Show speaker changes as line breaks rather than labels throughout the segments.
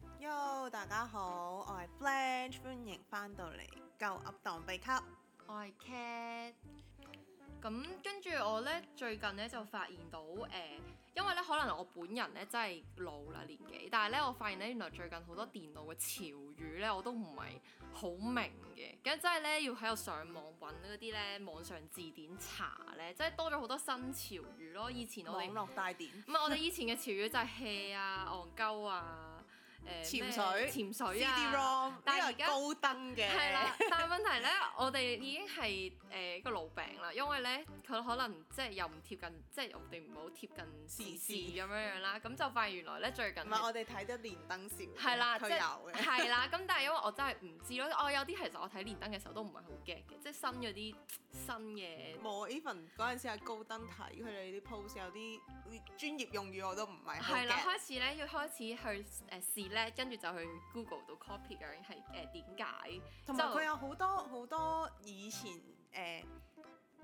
Hello，大家好，我係 Blanche，歡迎翻到嚟鳩噏當秘笈。
我係 Cat。咁跟住我呢，最近呢就發現到誒、呃因為呢可能我本人呢真係老啦年紀，但係呢我發現呢，原來最近好多電腦嘅潮語呢我都唔係好明嘅，咁真係呢，要喺度上網揾嗰啲呢網上字典查呢，即係多咗好多新潮語咯。以前我哋
網絡大典
唔係我哋以前嘅潮語就係 hea 啊、戇鳩啊、
潛
誒、咩
水、
潛水啊
CD-ROM，呢個
但係而
係
家
高登嘅，
係啦，但係問題咧，我哋已經係誒個老餅啦，因為咧佢可能即係又唔貼近，即係我哋唔好貼近時事
時事
咁樣樣啦，咁就發現原來咧最近
唔係我哋睇得連登少，
係啦，
佢
即
有
係
嘅。
係啦，咁但係因為我真係唔知咯，我有啲其實我睇連登嘅時候都唔係好 get 嘅，即係新嗰啲新嘅。
冇 even 嗰陣時喺高登睇佢哋啲 post 有啲專業用語我都唔係好
係啦，
嘅。
開始咧要開始去誒試咧，跟住就去 Google 度 copy 究竟係誒點解，
同埋
就
佢有好多好多以前誒、呃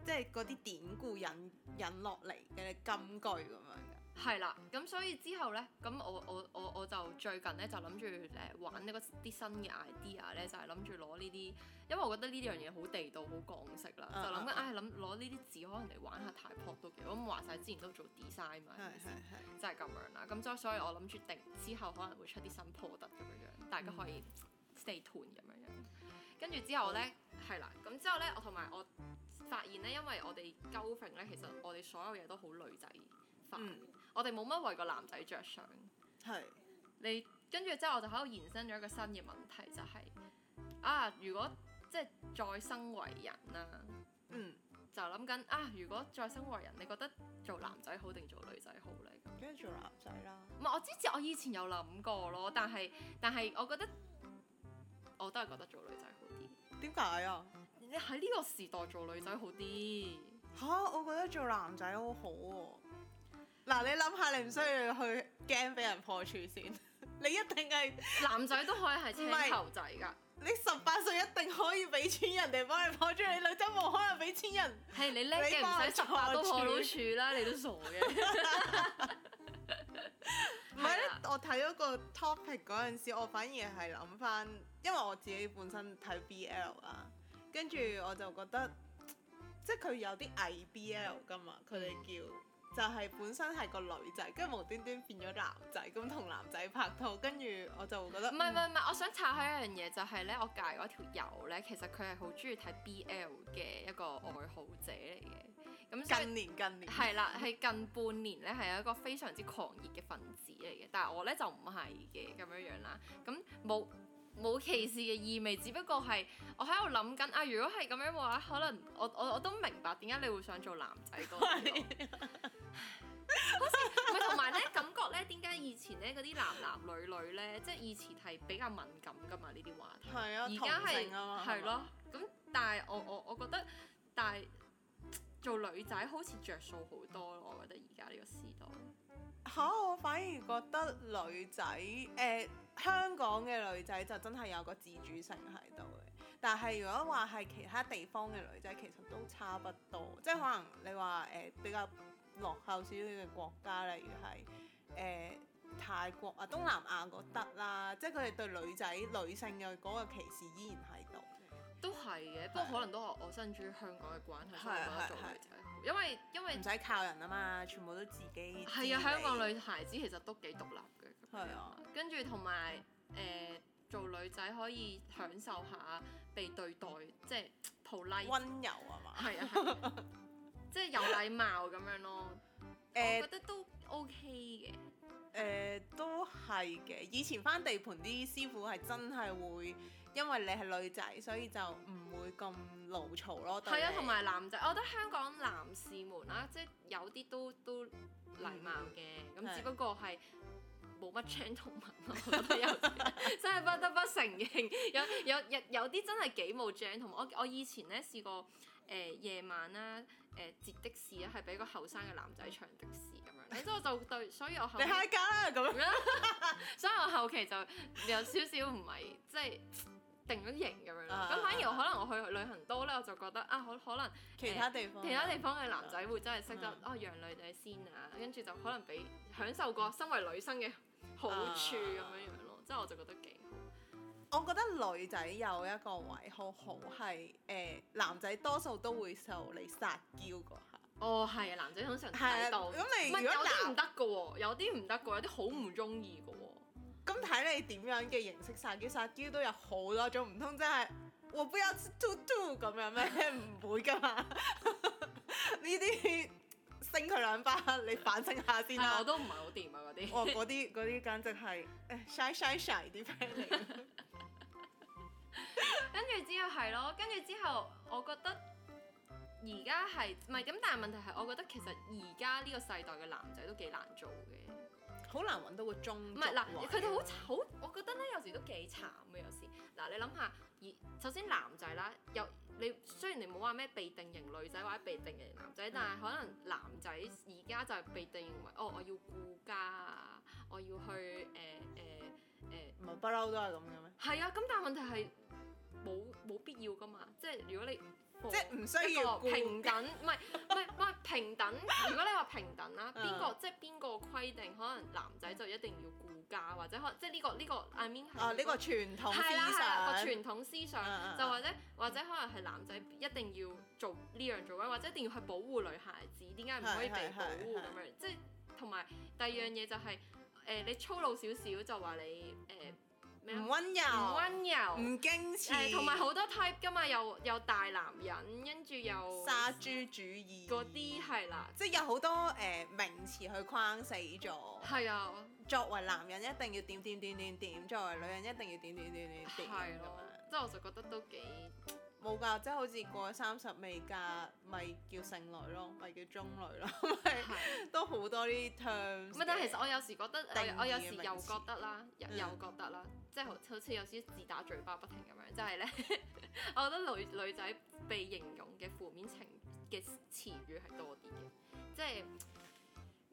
即係嗰啲典故引引落嚟嘅金句咁樣嘅。
係啦，咁所以之後呢，咁我我我我就最近呢，就諗住誒玩呢個啲新嘅 idea 呢，就係諗住攞呢啲，因為我覺得呢樣嘢好地道、好港式啦，
嗯
就諗緊
嗯
唉諗攞呢啲字可能嚟玩下太 pop 都幾好，咁話晒之前都做 design 嘛，係
係
咪先
係係。
就係咁樣啦，咁所以所以我諗住定之後可能會出啲新 product 咁樣樣，大家可以
嗯
stay tuned 咁樣樣。跟住之後呢，係啦，咁之後呢，我同埋我發現呢，因為我哋鳩揈呢，其實我哋所有嘢都好女仔化，
嗯
我哋冇乜為個男仔着想。
係。
你跟住之後，我就喺度延伸咗一個新嘅問題，就係、啊，如果即係再生為人啦、
嗯。
就諗緊啊，如果再生為人，你覺得做男仔好定做女仔好呢？咁
跟住做男仔啦。
唔係，我之前我以前有諗過咯，但係但係我覺得我都係覺得做女仔好啲。
點解啊？
你喺呢個時代做女仔好啲，
吓，我覺得做男仔好好、喎。嗱，你諗下，你唔需要去驚俾人破處先， 你一定係
男仔都可以係
唔
青
係
頭仔㗎。
你十八歲一定可以俾錢人哋幫你破處，你女仔冇可能俾錢人。
係你叻嘅，唔使十八都破到處啦，你都傻嘅。
唔係咧
係啊，
我睇咗個 topic 嗰陣時，我反而係諗翻，因為我自己本身睇 BL 啦，跟住我就覺得，即係佢有啲偽 BL 噶嘛，佢
嗯
哋叫就係本身係個女仔，跟住無端端變咗男仔，咁同男仔拍拖，跟住我就覺得
唔係唔
嗯
係唔係，我想插開一樣嘢就係咧，我隔離嗰條友咧，其實佢係好中意睇 BL 嘅一個愛好者嚟嘅。咁所
嗯
以
近年近年
係啦，係近半年咧係一個非常之狂熱嘅分子嚟嘅，但係我咧就唔係嘅咁樣樣啦。咁冇冇歧視嘅意味，只不過係我喺度諗緊啊，如果係咁樣嘅話，可能我我我都明白點解你會想做男仔多 啲咯。唔係同埋咧，感覺咧點解以前咧嗰啲男男女女咧，即係以前係比較敏感噶嘛呢啲話 題。
係啊，
而家
同
係
性啊嘛，
係
係嘛，
咯，咁但係我我我覺得，但係做女仔好似着數好多咯，我覺得而家呢個時代。
嚇我反而覺得女仔誒、香港嘅女仔就真係有個自主性喺度嘅，但係如果話係其他地方嘅女仔，其實都差不多，即係可能你話誒、比較落後少少嘅國家，例如係誒。泰國啊、東南亞嗰得啦，即係佢哋對女仔女性嘅嗰個歧視依然喺度。
都係嘅，不過可能都係我身處香港嘅關係，所以我覺
係係
得做女仔好，因為因為
唔使靠人啊嘛，全部都自己自理。
係啊，香港女孩子其實都幾獨立嘅，咁樣
係啊
跟住同埋誒做女仔可以享受下被對待，即係 polite，
温柔啊嘛。
係啊，係啊即係有禮貌咁樣咯，
誒
我覺得都 OK 嘅。
誒、呃都係嘅，以前翻地盤啲師傅係真係會，因為你係女仔，所以就唔會咁勞嘈咯。對
係啊，
你
同埋男仔，我覺得香港男士們啦，即係有啲都都禮貌嘅，咁、
係
只不過係冇乜 gentleman 咯， 我覺得有啲真係不得不承認，有有有有啲真係幾冇 gentleman。我我以前咧試過誒、夜晚啦，誒、截的士咧係俾個後生嘅男仔唱的士咁樣，咁之後就對，所以我後
你
尾
下架啦咁樣。
所以我後期就有少少唔係即係定咗型咁樣咯。
啊
咁反而我可能我去旅行多咧，我就覺得啊，可可能
其他地方
其他地方嘅男仔會真係識得
嗯
哦讓女仔先啊，跟嗯住就可能俾享受過身為女生嘅好處
啊
咁樣樣咯。即係我就覺得幾好。
我覺得女仔有一個位好好係誒，男仔多數都會受你撒嬌嗰下。
哦，係啊，男仔通常
係
睇
啊，
到，
咁
唔
你
係
如
有
果
啲唔
男
得嘅喎，有啲唔得嘅喎，有啲好唔中意嘅喎。
咁睇你點樣嘅形式撒嬌，撒嬌都有好多種，唔通真係我不要吃兔兔咁樣咩？ 唔會噶嘛。 呢啲升佢兩巴，你反省下先
係啊，我
啦。
都唔係好掂啊嗰啲。
哇！嗰啲嗰啲簡直係誒 shy shy shy 啲 friend 嚟嘅。
跟住之後係咯，跟住之後我覺得而家係唔係咁？但係問題係，我覺得其實而家呢個世代嘅男仔都幾難做嘅。
好難揾到個中。
唔係嗱，
啊
佢哋好好，我覺得咧有時都幾慘嘅。有時嗱，你諗下，而首先男仔啦，有你雖然你冇話咩被定型女仔或者被定型男仔，但係可能男仔而家就係被定型為哦，我要顧家啊，我要去誒誒誒，
唔係不嬲都係咁嘅咩？
係、啊。咁但係問題係冇冇必要噶嘛？即係如果你哦
即係唔需要
一個
顧。
平等，唔係唔係唔係平等。如果你話平等啦，
嗯
邊個即係邊個規定可能男仔就一定要顧家，或者可能即係呢個呢個 I mean 係
啊！呢個傳統
係啦係啦個
思想。
傳統思
嗯嗯嗯
想，就或者或者可能係男仔一定要做呢樣做嗰樣，或者一定要去保護女孩子，點解唔可以
係係
被
係
保護
係
咁樣？即係同埋第二樣嘢就係誒你粗魯少少就話你誒咩
唔
啊
温
唔
柔。
温柔。
唔矜
誒
持，
同埋好多 type 噶嘛，又又大男人，跟住又
殺豬主義
嗰啲，係啦，
即係有好多誒、呃名詞去框死咗。
係啊，
作為男人一定要點點點點點，作為女人一定要點點點點點
係
咁
咯
樣。，
即係我就覺得都幾
冇㗎，即係好似過咗三十未嫁，咪叫剩女咯，咪叫中女咯， 咪
係。
都好多呢啲 terms 嘅。
唔係，啊但係其實我有時覺得，
定義嘅
我我有時
名
又
詞
覺得啦，又
嗯
又覺得啦，即係好好似有少少自打嘴巴不停咁樣，就係咧， 我覺得女女仔被形容嘅負面情嘅詞語係多啲嘅，即係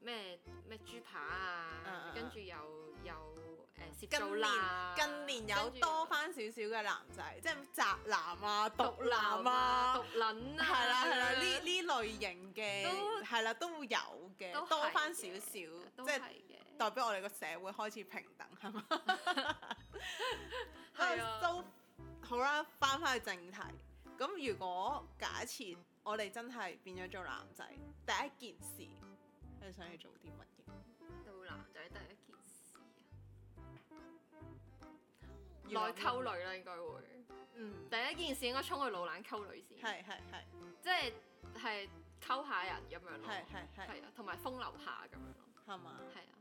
咩咩豬扒
嗯嗯
啊
嗯，
跟住又又誒攝
近
做啦，
年近年有
跟住
多翻少少嘅男仔，即係宅男啊、毒
獨
男
男
啊。
獨撚啊，
係啦係啦，呢呢類型嘅
都
係啦都會有嘅
都，係
多翻
嘅
少少，即
都
係
係嘅。
代表我哋個社會開始平等係嘛？
係啊
都好啦，翻返去正題。咁如果假設我哋真係變咗做男仔，第一件事你想去做啲乜嘢？
到男仔第一件事啊，內
要諗
溝女啦應該會。
嗯，
第一件事應該衝去老蘭溝女先，
係係係
即係係溝下人咁樣咯，
係係係
係啊，同埋風流下咁樣咯，
係嘛？
係啊，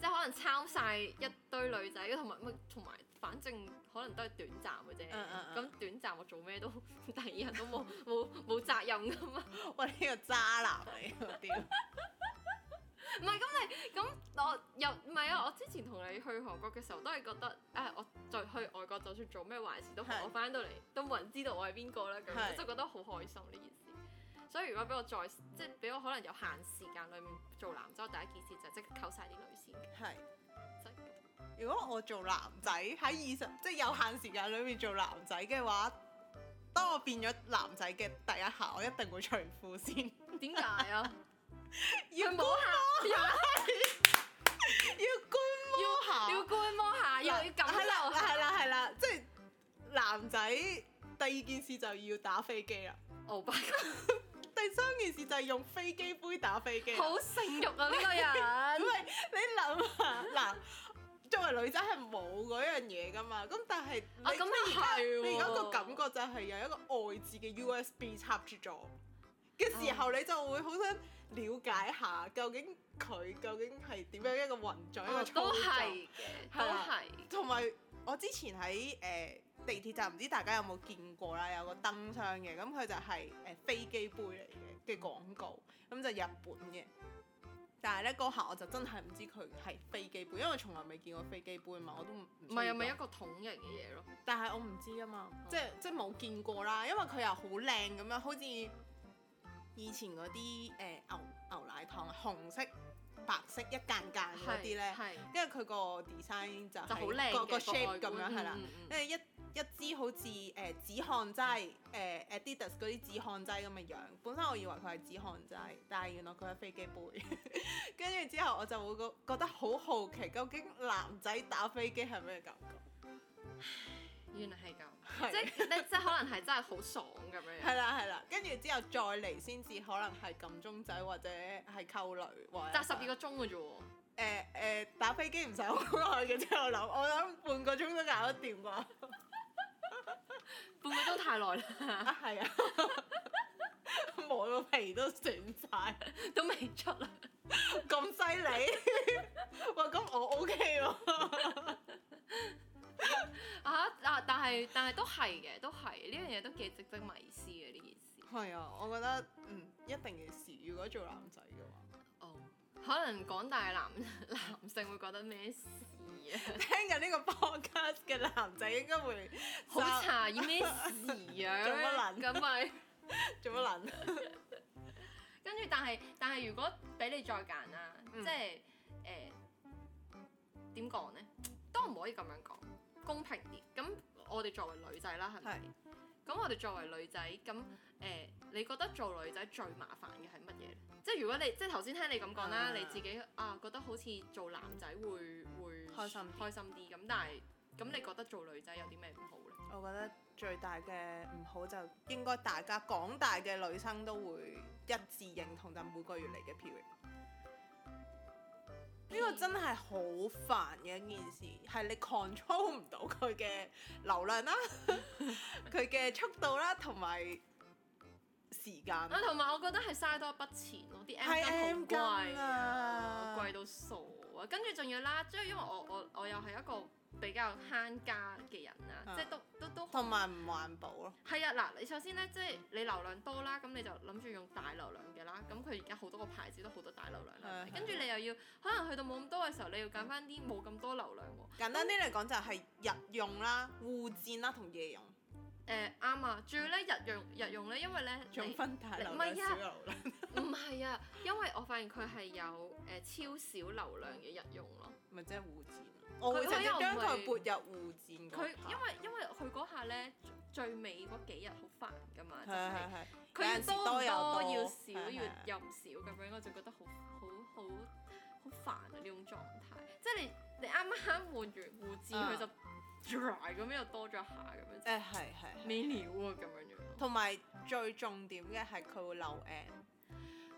即係可能抄晒一堆女仔，同埋咪同埋，反正可能都係短暫嘅啫。
嗯嗯嗯
咁短暫我做咩都， 第二日都冇冇冇責任噶嘛。
喂，呢個渣男嚟喎，屌！
唔係咁你咁我又唔係啊！我之前同你去韓國嘅時候都係覺得，誒、啊我再去外國就算做咩壞事都好
係，
我翻到嚟都冇人知道我係邊個啦，咁
係
樣就覺得好開心呢件事。所以如果俾我再即係俾我可能有限時間裏面做男仔，我第一件事就係即刻溝晒啲女先嘅，
係。
即係咁
如果我做男仔喺二十即係有限時間裏面做男仔嘅話，當我變咗男仔嘅第一下，我一定會除褲先，
點解啊？
要
佢冇下，
要觀摩
要
下
要，觀摩下，又要感受
係啦
下。
係啦係啦，即係男仔第二件事就要打飛機啦，
Oh my
第三件事就係用飛機杯打飛機
god，
啦。
好性慾 啊呢個人
唔。係你諗下嗱。作為女仔係冇嗰樣嘢㗎嘛，咁但係你
啊咁又係喎
你而家個感覺就係有一個外置嘅 USB 插住咗嘅
哦
時候，你就會好想了解下究竟佢究竟係點樣一個運作、一個
哦
操
都
作，
係嘅，都
係啊啦
係。
同埋我之前喺誒、呃地鐵站，唔知大家有冇見過啦，有個燈箱嘅，咁佢就係、誒、飛機杯嚟嘅嘅廣告，咁就日本嘅。但係咧嗰下我就真係唔知佢係飛機杯，因為從來未見過飛機杯嘛，我都唔唔
唔係啊，
又
咪一個桶型嘅嘢咯。
但係我唔知啊嘛，即係即係冇見過啦，因為佢又好靚咁樣，好似以前嗰啲誒牛牛奶糖紅色、白色一間間嗰啲咧，
係
跟住佢個 design 就
就好
係
靚
個
嘅
個
個
shape
外
咁樣
觀
係啦，
嗯嗯
因為一一支好似誒、呃、止汗劑誒 Adidas 嗰啲止汗劑咁嘅樣，本身我以為佢係止汗劑，但係原來佢係飛機杯。 跟住之後我就會覺覺得好好奇，究竟男仔打飛機係咩感覺？
原來係咁。
嗯係
即係你即係可能係真係好爽咁樣
係
樣，
啦係啦，跟住之後再嚟先至可能係撳鐘仔或者係溝女或者
但十二個鐘嘅啫喎。
誒誒打飛機唔使好耐嘅，之後諗我諗半個鐘都搞得掂啩，啊
半個鐘太耐啦，
係啊，磨到皮都損晒，
都未出啦。
咁犀利，哇咁我 OK 喎，
啊！但但係但係都係嘅，都係呢樣嘢都幾值得迷思嘅呢件事。
係啊，我覺得嗯一定要試，如果做男仔嘅話。
哦，可能廣大男 男性會覺得咩事啊？
聽緊呢個 podcast 嘅男仔應該會
好
就
茶要咩事啊？
做乜撚
咁咪
做乜撚？
跟住，但係但係如果俾你再揀啦，
嗯
即係誒點講呢？都唔可以咁樣講，公平啲。咁我哋作為女仔啦，係咪
係？
咁我哋作為女仔，咁誒、呃你覺得做女仔最麻煩嘅係乜嘢呢？即係如果你即係頭先聽你咁講啦，
啊
你自己啊覺得好似做男仔會會
開心啲
開心啲咁，但係咁你覺得做女仔有啲咩唔好呢？
我覺得最大嘅唔好就應該大家廣大嘅女生都會一致認同，就每個月嚟嘅 period。呢個真係好煩嘅一件事，係你 control 唔到佢嘅流量 啦，佢嘅速度啦，同埋時間。
啊，同埋我覺得係嘥多一筆錢咯，啲
係 M
M 金
金
好貴
啊
貴到傻啊！跟住仲要啦，即係因為我我我又係一個比較慳家嘅人啦，
啊
即係都都都
同埋唔環保咯，
係啊！嗱，你首先咧，即係你流量多啦，咁你就諗住用大流量嘅啦。咁佢而家好多個牌子都好多大流量啦，
啊係
跟住你又要可能去到冇咁多嘅時候，你要揀翻啲冇咁多流量喎。
簡單啲嚟講就係日用啦、護墊啦同夜用，
誒啱啊！仲要咧日用日用咧，因為咧你
仲分大流
唔係啊
量、小流量。
唔係啊，因為我發現佢係有誒、呃超少流量嘅日用咯。
咪即係護墊，啊我會
佢
直接
又唔
將
係
佢撥入護墊嗰
佢
排
因為因為佢嗰下咧最最尾嗰幾日好煩噶嘛，就
係係
係
係，
佢要
有陣時多又
唔
多
要少
係係
要
係
又唔少咁樣，我就覺得好好好好煩啊呢種狀態，即係你你啱啱換完護置
啊
佢就 dry 咁樣又多咗一下咁樣，
誒係係係，
咩料啊咁樣樣咯。
同埋最重點嘅係佢會漏 N，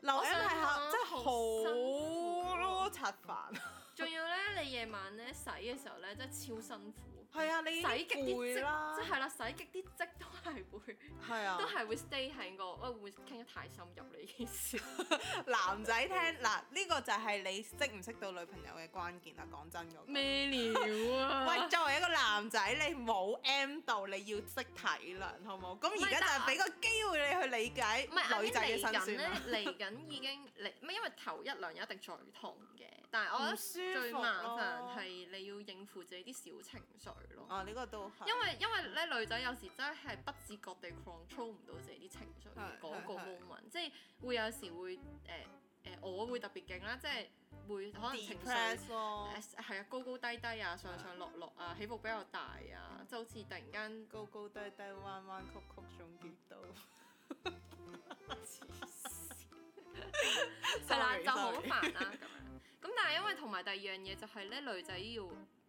漏
我
N 係
想講
嚇真係
好
好
辛苦
囉柒煩，
仲要咧，你夜晚咧洗嘅時候咧，真係超辛苦。
係啊，你已
洗
經
極啲
攰啦
積，，即係啦，洗極啲積都係會，
係啊
都，係會 stay 喺個，喂會唔會傾得太深入呢呢件事？
男仔聽嗱呢個就係你識唔識到女朋友嘅關鍵啦，講真嗰個。
咩料 啊？
喂，作為一個男仔，你冇 M 度，你要識體諒，好冇？咁
唔係
而家就
但
係俾個機會你去理解
唔係，
女仔嘅辛啊
啱啱
酸啦。，
嚟緊咧 嚟緊已經嚟，唔係因為頭一兩日一定最痛嘅，但係我覺
唔
得
舒服
最麻煩
咯
係你要應付自己啲小情緒咯。
啊，呢個都係。
因為因為咧女仔有時真係不自覺地 control 唔到自己啲情緒
係
嗰個
係係
moment，即係會有時會誒誒、我會特別勁啦，即係會可能情緒
depress 咯，
誒係啊高高低低啊上上落落啊起伏比較大啊，即係好似突然間
高高低低彎彎曲曲總結到，
係啦，
Sorry，
就好
sorry
煩啦咁樣。咁但係因為同埋第二樣嘢就係咧，女仔要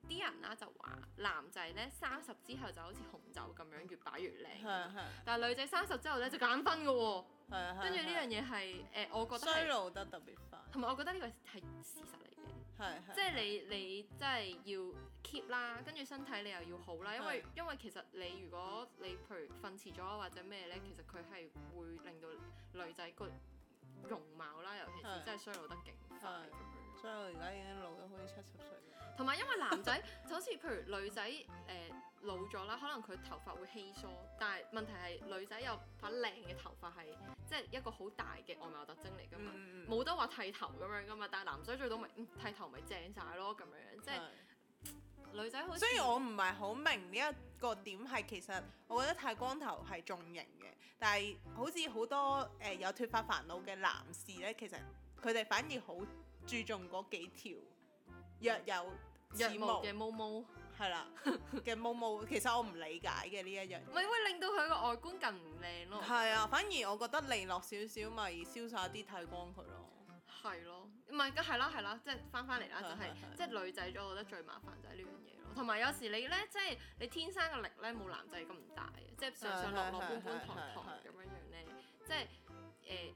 啲人啦就話男仔咧三十之後就好似紅酒咁樣越擺越
係
靚，
係
但係女仔三十之後咧就減分嘅喎。
係
跟住呢樣
嘢
嘢係誒，我覺得
衰
係
老得特別快，
同埋我覺得呢個係事實嚟嘅。
係係
即係你你真係要 keep 啦，跟住身體你又要好啦，因為
係
因為其實你如果你譬如瞓遲咗或者咩咧，其實佢係會令到女仔個容貌啦，尤其是
係
真係衰老得勁快
係
咁樣。
所以我而家已經老到好似七十歲咁，
同埋因為男仔 就好似譬如女仔誒、老咗啦，可能佢頭髮會稀疏，但係問題係女仔有把靚嘅頭髮係即係一個好大嘅外貌特徵嚟㗎嘛，
嗯
冇、得話剃頭咁樣㗎嘛，但係男仔最到咪、嗯、剃頭咪正晒咯咁樣，即係。
係
女仔好似，
雖然我唔係好明呢一個點係，其實我覺得剃光頭係重型嘅，但係好似好多誒有脱髮煩惱嘅男士咧，其實佢哋反而好注重嗰幾條若有
若
似
無
無
嘅毛毛，唔
係啦嘅毛毛，其實我唔理解嘅呢一樣嘢。
係會令到佢個外觀更唔靚咯。
係啊，反而我覺得利落少少咪瀟灑啲剃光佢咯。
係咯，唔係，咁係啦係啦，即係翻翻嚟啦，就係
係
即係女仔咗，我覺得最麻煩就係呢樣嘢咯。同埋有時你咧，即係你天生嘅力咧冇男仔咁大嘅，即係上上落落
係係
搬搬
係
抬
係
抬
係
咁樣樣咧，即係誒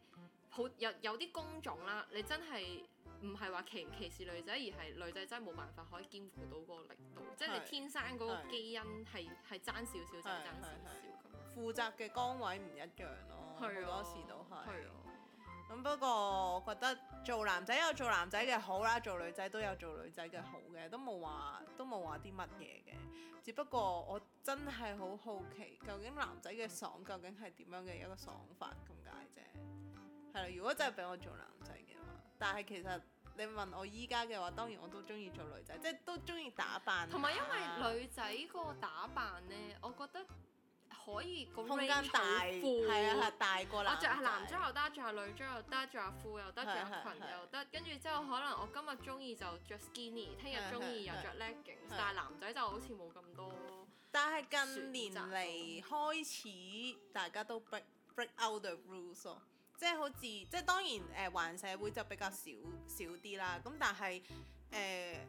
好有有啲工種啦，你真係唔係話歧唔歧視女仔，而係女仔真係冇辦法可以兼顧到嗰個力度，即係
係
你天生嗰個
係
基因係係爭少少就係爭
係
少
係
少咁樣。
負責嘅崗位唔一樣咯，好
係啊，
多時都係。
係啊，
咁不過我覺得做男仔有做男仔嘅好啦，做女仔都有做女仔嘅好嘅，都冇話都冇話啲乜嘢嘅。只不過我真係好好奇，究竟男仔嘅爽究竟係點樣嘅一個爽法咁解啫。係啦，如果真係俾我做男仔嘅話，但係其實你問我依家嘅話，當然我都中意做女仔，即係都中意打扮啊下。
同埋因為女仔個打扮咧，我覺得可以個
空間
range 好
大，
闊
係啊係大過
我
男
着
仔。
下男裝又得，着下女裝又得，着下褲又得，着
係
下
係
裙
係
又得，跟住之後可能我今日中意就着 skinny，聽
係
日中
係
意又
係
着 leggings，
係
但係男仔就好似冇咁多。
但係近年
選擇
嚟開始，大家都 break break out the rules 咯，即係好似即係當然誒、呃、環社會就比較少少啲啦，咁但係誒、呃、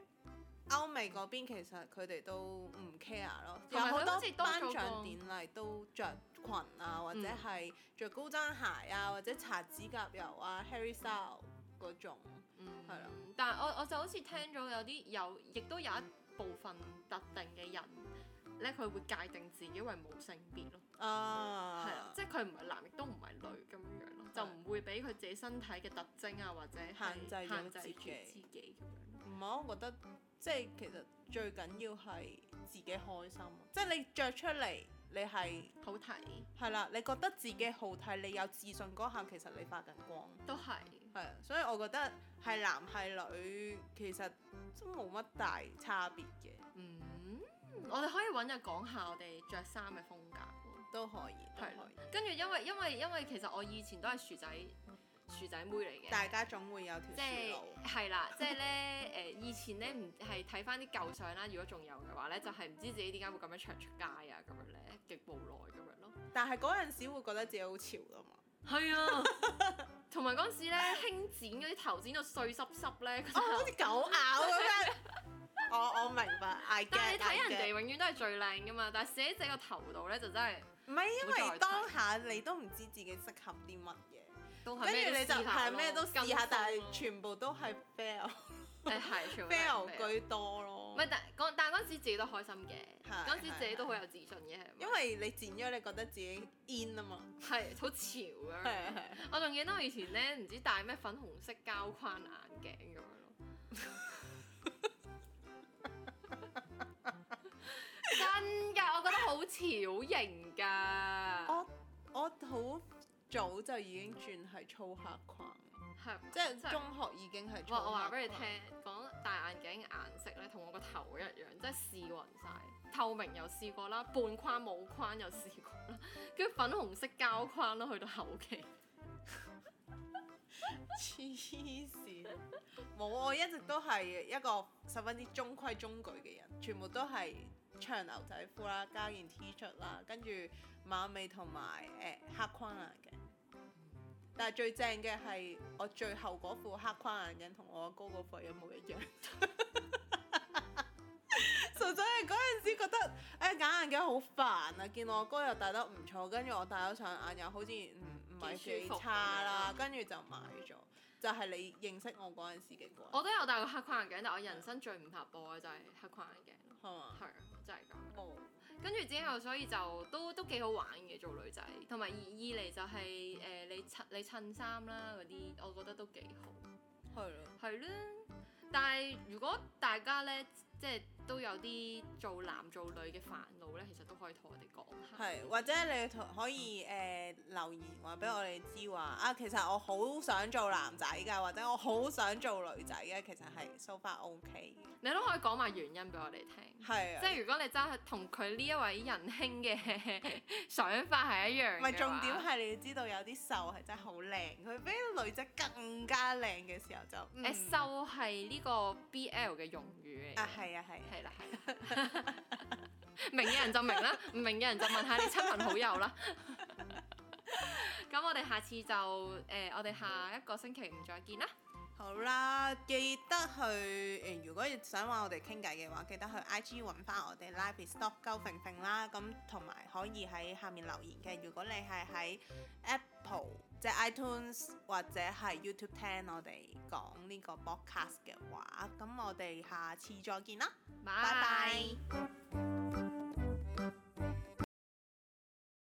歐美嗰邊其實佢哋都唔 care 咯，有
同埋佢
多
好似多咗
頒
個
獎典禮都着裙啊，或者
嗯
係着高踭鞋啊，或者搽指甲油啊，Harry Style 嗰種，
嗯
係啦
但係我我就好似聽咗有啲有，亦都有一部分特定嘅人咧，佢會界定自己為無性別咯，係
啊，
啊，即係佢唔係男亦都唔係女咁樣樣咯，就唔會俾佢自己身體嘅特徵啊或者係
限制咗
限制
自
住
己
自己咁樣咯。
唔係，我覺得即係其實最緊要係自己開心，即係你着出嚟，你係
好睇
係啦，你覺得自己好睇，你有自信嗰下，其實你發緊光。
都係。
係啊，所以我覺得係男係女其實都冇乜大差別嘅，
嗯，我哋可以揾日講下我哋着衫嘅風格喎。
都可以，都
係
可以。
跟住因為因為因為其實我以前都係薯仔薯仔妹嚟嘅。
大家總會有條
即
樹
係
路，
係啦，即係咧 誒，以前咧唔係睇翻啲舊相啦，如果仲有嘅話咧，就係、唔知自己點解會咁樣唱出街啊，咁樣咧極無奈咁樣咯。
但係嗰陣時會覺得自己好潮㗎 嘛。
係啊，同埋嗰陣時咧興剪嗰啲頭剪到碎濕濕咧，
哦，好似狗咬咁樣。我我明白，I
但
get。
係你睇人哋永遠都係最靚噶嘛，但係寫喺自己個頭度咧就真係
唔係因
好
為
在
當下你都唔知自己適合啲乜嘢。
都係
跟
咩
住
都
你就
試下
係
咯
咩都試下，但
跟風
係
咯
全部都係 fail
誒係全
fail
部都係飛牛
居多咯
唔。係但嗰但嗰陣時自己都開心嘅，
係
嗰陣時自己
係
都好有自信嘅，係咪
因為你剪咗，你覺得自己 in 啊嘛。
係好潮咁樣。
係啊係啊。
我仲記得我以前咧唔知戴咩粉紅色膠框眼鏡咁樣咯。真㗎，我覺得好潮型㗎，
我我好早就已經轉係粗黑框，
係
即係
真
中啊學已經係粗黑
哇！
框。
我話俾你聽，講戴眼鏡嘅顏色咧，同我個頭一樣，真係試暈晒。透明又試過啦，半框冇框又試過啦，跟住粉紅色膠框啦，去到後期。
黐線。冇，我一直都係一個十分之中規中矩嘅人，全部都係長牛仔褲啦，加件 T 恤啦，跟住馬尾同埋誒黑框眼鏡。但係最正嘅係我最後嗰副黑框眼鏡同我阿哥嗰副一模一樣。 純粹係嗰陣時覺得，誒、揀眼鏡好煩啊！見我阿哥又戴得唔錯，跟住我戴咗上眼又好似唔唔係
幾
幾
舒服
差啦
咁，樣
跟住就買咗。就係你認識我嗰陣時嘅嗰
我都有戴過黑框眼鏡，但我人生最唔拍波嘅就係黑框眼鏡咯。
係嘛？哦
係啊，真係咁。
冇
跟住之後，所以就都都幾好玩嘅做女仔，同埋二二嚟就係、誒、你襯你襯衫啦嗰啲，我覺得都幾好。
係咯，
係啦，但係如果大家咧，即係都有啲做男做女嘅煩惱咧，其實都可以同我哋講下。
係或者你同可以誒、呃留言話俾我哋知話啊，其實我好想做男仔㗎，或者我好想做女仔嘅，其實係 so far OK
你都可以講埋原因俾我哋聽。
嘅，係啊
即，係如果你真係同佢呢一位仁兄嘅 想法係一樣
唔
嘅話
係重點係你要知道有啲瘦係真係好靚，佢比女仔更加靚嘅時候就嗯
誒瘦係呢個 BL 嘅用語嚟嘅。
啊係啊係啊，
係啦，係啦。明嘅人就明啦，唔明嘅人就問下你親朋好友啦。咁我哋下次就誒、我哋下一個星期五再見啦。
好啦，記得去誒、呃如果想話我哋傾偈嘅話，記得去 IG 揾翻我哋 Life is Stop 鳩揈揈啦。咁同埋可以喺下面留言嘅。如果你係喺 Apple 即係 iTunes 或者係 YouTube 聽我哋講呢個 podcast 嘅話，咁我哋下次再見啦，拜拜。